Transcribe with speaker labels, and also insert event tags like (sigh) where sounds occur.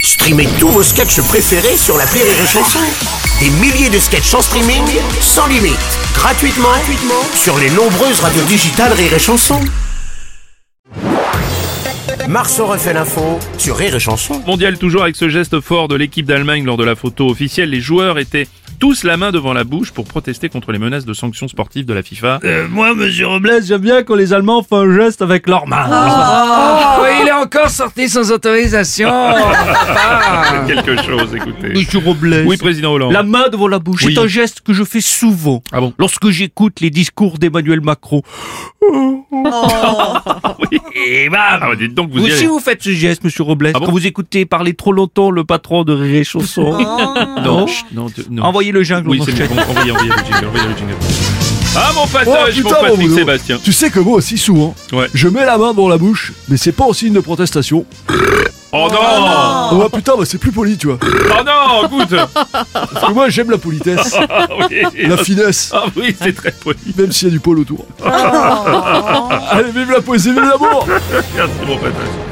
Speaker 1: Streamez tous vos sketchs préférés sur la Rire et Chanson. Des milliers de sketchs en streaming, sans limite, gratuitement, gratuitement sur les nombreuses radios digitales Rire et Chanson. Marceau refait l'info sur Rire et Chanson.
Speaker 2: mondial toujours avec ce geste fort de l'équipe d'Allemagne lors de la photo officielle. Les joueurs étaient tous la main devant la bouche pour protester contre les menaces de sanctions sportives de la FIFA.
Speaker 3: Euh, moi, monsieur Robles, j'aime bien quand les Allemands font un geste avec leurs mains.
Speaker 4: Oui, Ah, (laughs) il est encore sorti sans autorisation.
Speaker 2: C'est quelque chose, écoutez.
Speaker 3: (laughs) Monsieur Robles,
Speaker 2: Oui, président Hollande. (laughs)
Speaker 3: la main devant la bouche
Speaker 2: Oui.
Speaker 3: est un geste que je fais souvent
Speaker 2: Ah bon
Speaker 3: lorsque j'écoute les discours d'Emmanuel Macron.
Speaker 2: Et bam Ah, bah, dites donc, vous
Speaker 3: Eh, Vous
Speaker 2: y
Speaker 3: aussi,
Speaker 2: allez.
Speaker 3: vous faites ce geste, monsieur Robles,
Speaker 2: Ah bon
Speaker 3: quand vous écoutez parler trop longtemps le patron de Rire et Chanson.
Speaker 4: Ah.
Speaker 2: Non, chut, non, de- non.
Speaker 3: Envoyez le jungle.
Speaker 2: Oui,
Speaker 3: en
Speaker 2: c'est
Speaker 3: enchaîne.
Speaker 2: bon. Envoyez, envoyez le jingle, envoyez le jingle. Ah, mon passage,
Speaker 5: Oh, putain,
Speaker 2: mon
Speaker 5: mon
Speaker 2: Patrick
Speaker 5: Bruno.
Speaker 2: Sébastien.
Speaker 5: Tu sais que moi aussi, souvent,
Speaker 2: Ouais.
Speaker 5: je mets la main dans la bouche, mais c'est pas en signe de protestation.
Speaker 2: Oh non
Speaker 5: Oh, putain, bah, c'est plus poli, tu vois.
Speaker 2: Oh non, écoute (laughs)
Speaker 5: Parce que moi, j'aime la politesse,
Speaker 2: Ah oui,
Speaker 5: la finesse,
Speaker 2: Ah oui, c'est très poli.
Speaker 5: même (laughs) s'il y a du poil autour. Allez, vive la poésie, vive l'amour
Speaker 2: Merci, mon passage.